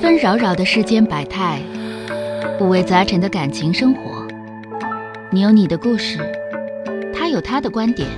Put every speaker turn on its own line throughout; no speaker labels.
纷扰扰的世间百态，五味杂陈的感情生活。你有你的故事，他有他的观点，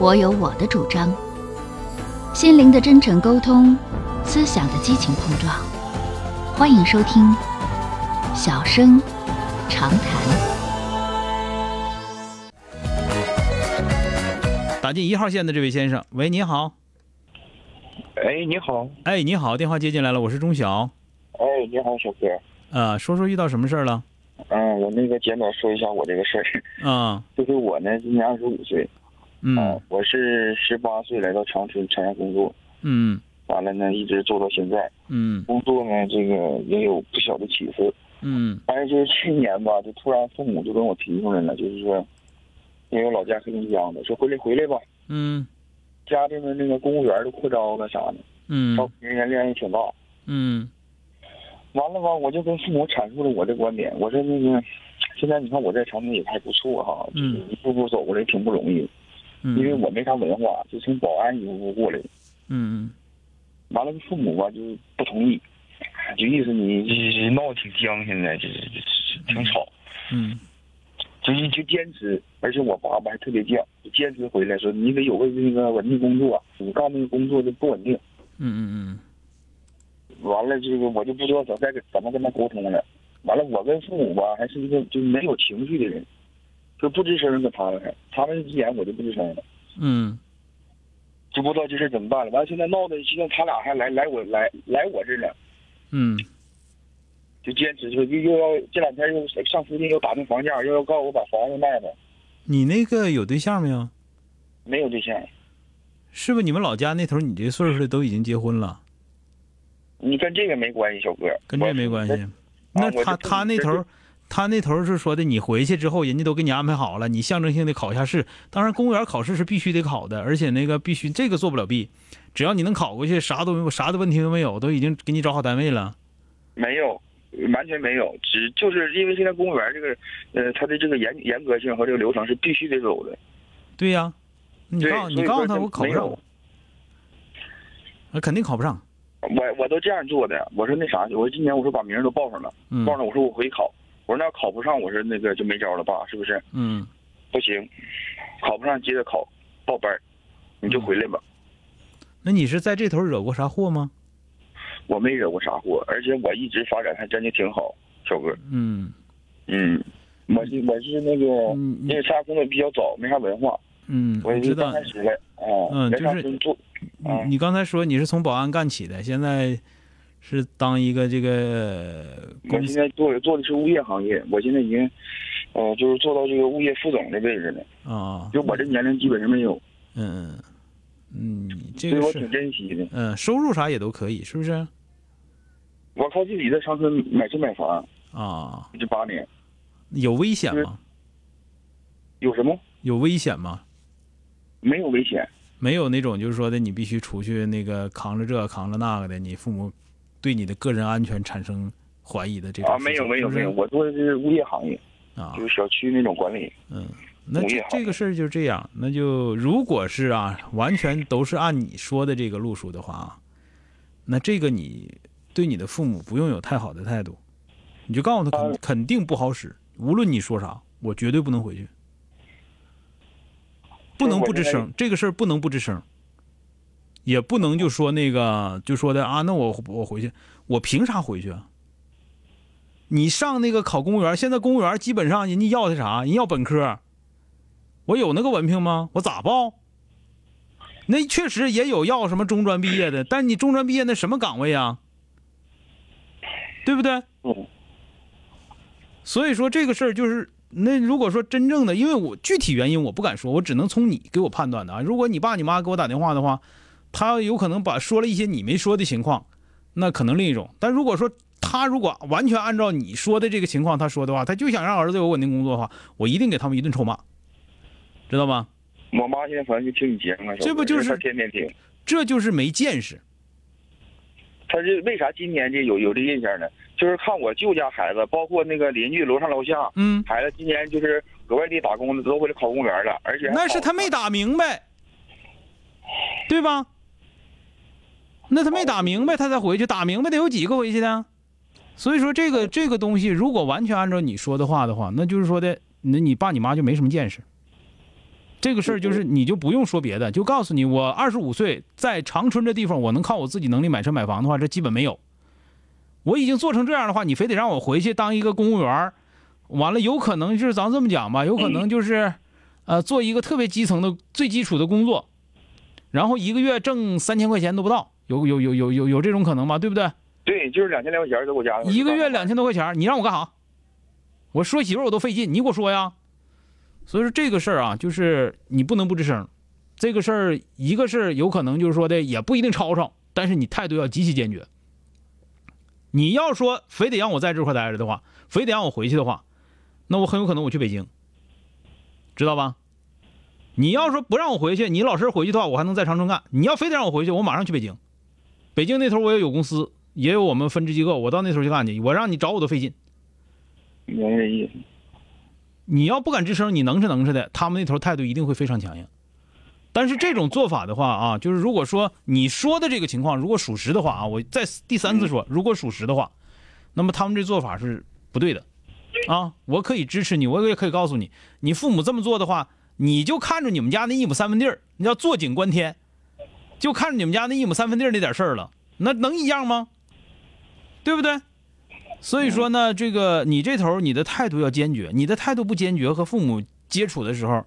我有我的主张。心灵的真诚沟通，思想的激情碰撞。欢迎收听《小声长谈》。
打进一号线的这位先生，喂，你好，
哎，你好，
哎，你好，电话接进来了，我是钟晓，
哎，你好，小哥，
呃，说说遇到什么事儿了？
嗯，我那个简短说一下我这个事儿，
啊，
就是我呢，今年二十五岁，
嗯
啊，我是十八岁来到长春参加工作，
嗯
完了呢，一直做到现在，
嗯
工作呢，这个也有不小的起色，
嗯
但是就是去年吧，就突然父母就跟我提出来了，就是说，因为我老家黑龙江的，说回来回来吧，
嗯
家这边那个公务员都扩招啊了啥的，招
嗯
聘人员量也挺大，
嗯
完了吧，我就跟父母阐述了我的观点，我说那个，现在你看我在长春也还不错哈，
嗯
就是一步步走过来挺不容易，因为
嗯
我没啥文化，就从保安一步步过来。
嗯
完了，父母吧就是不同意，就意思你你闹挺僵，现在就是挺吵，
嗯
就一直坚持，而且我爸爸还特别犟，就坚持回来说你得有个那个稳定工作，啊你干那个工作就不稳定。
嗯嗯
完了，这个我就不知道怎该跟怎么跟他沟通了。完了，我跟父母吧，还是一个就没有情绪的人，就不吱声跟他们，他们一言我就不吱声了，
嗯
就不知道这事儿怎么办了。完了，现在闹的，现在他俩还来来我来来我这儿了，
嗯
就坚持说又又要这两天又上附近又打听房价，又要告诉我把房子卖了，
你那个有对象没有？
没有对象。
是不是你们老家那头你这岁数的都已经结婚了，
你跟这个没关系，小哥，
跟这没关。系？
啊
那他他那头。他那头是说的，你回去之后，人家都给你安排好了，你象征性的考一下试。当然，公务员考试是必须得考的，而且那个必须这个做不了弊，只要你能考过去，啥都没有，啥的问题都没有，都已经给你找好单位了。
没有，完全没有，只就是因为现在公务员这个，呃，他的这个严严格性和这个流程是必须得走的。
对呀、你
对
告诉
所
你
以
告诉
说
他
就
我考不
没
上
有，
那肯定考不上。
我我都这样做的。我说那啥，我说今年我说把名儿都报上了，
嗯
报上了我说我回考，我说那考不上，我说那个就没招了，爸，是不是？
嗯
不行，考不上接着考，报班儿，你就回来吧。
嗯那你是在这头惹过啥祸吗？
我没惹过啥祸，而且我一直发展还真的挺好，小哥。
嗯，
嗯，我是我是那个，
嗯
因为参加工作比较早，没啥文化，
嗯，
我
我
也
知
是
道
刚。开始来啊，
嗯
来
就
上
是
工作，
你
啊
你刚才说你是从保安干起的，现在是当一个这个
我
公
现
司，
在做做的是物业行业，我现在已经，呃，就是做到这个物业副总的位置了。
啊，
就我这年龄基本上没有，
嗯嗯嗯，这
所以
个
我
是
挺珍惜的。
嗯、收入啥也都可以，是不是？
我靠自己在长春买车买房，
啊，
这八年
有危险吗？
有什么？
有危险吗？
没有危险，
没有那种就是说的你必须出去那个扛着这扛着那个的，你父母对你的个人安全产生怀疑的这种
啊，没有没有没
有
有，我做的是物业行业，
啊，
就是小区那种管理。
嗯，那
同意
这
好
这个事儿就这样，那就如果是啊，完全都是按你说的这个路数的话啊，那这个你对你的父母不用有太好的态度，你就告诉他肯、
呃
肯定不好使，无论你说啥，我绝对不能回去，不能不吱
就是我
声，这个事儿不能不吱声，也不能就说那个就说的啊，那我我回去，我凭啥回去啊？你上那个考公务员，现在公务员基本上人家要的啥？人要本科。我有那个文凭吗？我咋报？那确实也有要什么中专毕业的，但你中专毕业那什么岗位啊？对不对？
嗯，
所以说这个事儿就是，那如果说真正的，因为我具体原因我不敢说，我只能从你给我判断的啊。如果你爸你妈给我打电话的话，他有可能把说了一些你没说的情况，那可能另一种。但如果说他如果完全按照你说的这个情况他说的话，他就想让儿子有稳定工作的话，我一定给他们一顿臭骂，知道吗？
我妈现在反正就听你节目了，
这不就是
小哥她天天听？
这就是没见识。
他是为啥今年这有有这印象呢？就是看我舅家孩子，包括那个邻居楼上楼下
嗯，
孩子，今年就是搁外地打工的都回来考公务员了，而且还
那是
考
他没打明白，对吧？那他没打明白，他才回去。打明白得有几个回去的？所以说这个这个东西，如果完全按照你说的话的话，那就是说的，那你爸你妈就没什么见识。这个事儿就是你就不用说别的，就告诉你，我二十五岁在长春这地方，我能靠我自己能力买车买房的话，这基本没有。我已经做成这样的话，你非得让我回去当一个公务员儿，完了有可能就是咱这么讲吧，有可能就是，呃，做一个特别基层的最基础的工作，然后一个月挣三千块钱都不到，有有有有有有这种可能吗？对不对？
对，就是两千来块钱在我家。
一个月两千多块钱儿，你让我干啥？我说媳妇儿我都费劲，你给我说呀。所以说这个事儿啊，就是你不能不吱声。这个事儿，一个是有可能就是说的也不一定吵吵，但是你态度要极其坚决。你要说非得让我在这块儿待着的话，非得让我回去的话，那我很有可能我去北京，知道吧？你要说不让我回去，你老实回去的话，我还能在长春干；你要非得让我回去，我马上去北京。北京那头我也有公司，也有我们分支机构，我到那头去干去，我让你找我都费劲。
明白这意思。
你要不敢吱声，你能是能是的，他们那头态度一定会非常强硬。但是这种做法的话啊，就是如果说你说的这个情况如果属实的话啊，我再第三次说，如果属实的话，那么他们这做法是不对的，啊，我可以支持你，我也可以告诉你，你父母这么做的话，你就看着你们家那一亩三分地儿，你要坐井观天，就看着你们家那一亩三分地儿那点事儿了，那能一样吗？对不对？所以说呢，这个你这头儿你的态度要坚决，你的态度不坚决，和父母接触的时候，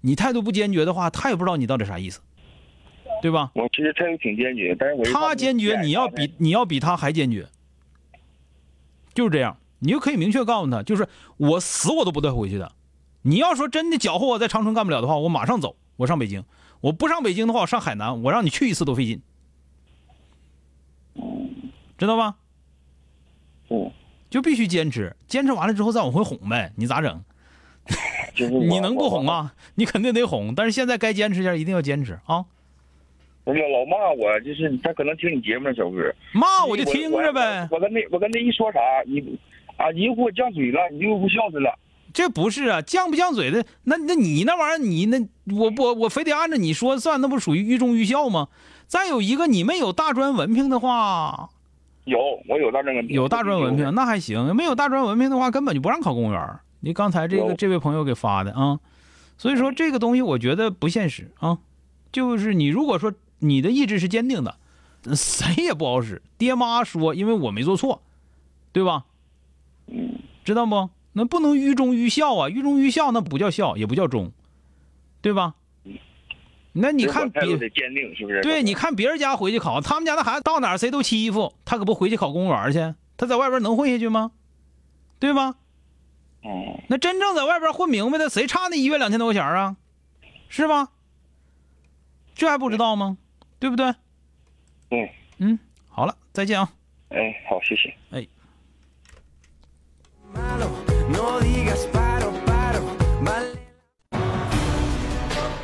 你态度不坚决的话，他也不知道你到底啥意思，对吧？
我其实态度挺坚决，但是我一
他
看
坚决，你要比你要比他还坚决，就是这样，你就可以明确告诉他，就是我死我都不带回去的。你要说真的搅和我在长春干不了的话，我马上走，我上北京。我不上北京的话，我上海南，我让你去一次都费劲，知道吧？
嗯，
就必须坚持，坚持完了之后再往回哄呗，你咋整？
就是
你
我
能不哄？啊？你肯定得哄，但是现在该坚持一下，一定要坚持啊！
我老老骂我，就是他可能听你节目呢，小哥。
骂我就听着呗。
我我跟那我跟那一说啥，你啊，你又给我犟嘴了，你又不孝顺了。
这不是啊，犟不犟嘴的，那那你那玩意儿，你那我我我非得按照你说算，那不属于愚忠愚孝吗？再有一个，你没有大专文凭的话，
有，我有大专文凭。
有大专文凭那还行，没有大专文凭的话，根本就不让考公务员儿。你刚才这个
有嗯
这位朋友给发的啊，所以说这个东西我觉得不现实啊，就是你如果说你的意志是坚定的，呃谁也不好使。爹妈说，因为我没做错，对吧？
嗯，
知道不？那不能愚忠愚孝啊，愚忠愚孝那不叫孝，也不叫忠，对吧？那你
嗯就是我
看
态度
别
得坚定，是不是？
对，你看别人家回去考，他们家那孩子到哪儿谁都欺负，他可不回去考公务员儿去？他在外边能混下去吗？对吧？
嗯，
那真正在外边混明白的，谁差那一月两千多块钱儿啊？是吧？这还不知道吗？对不对？
对，
嗯，好了，再见啊。
哎，好，谢谢。
malo, no digas paro, paro, vale.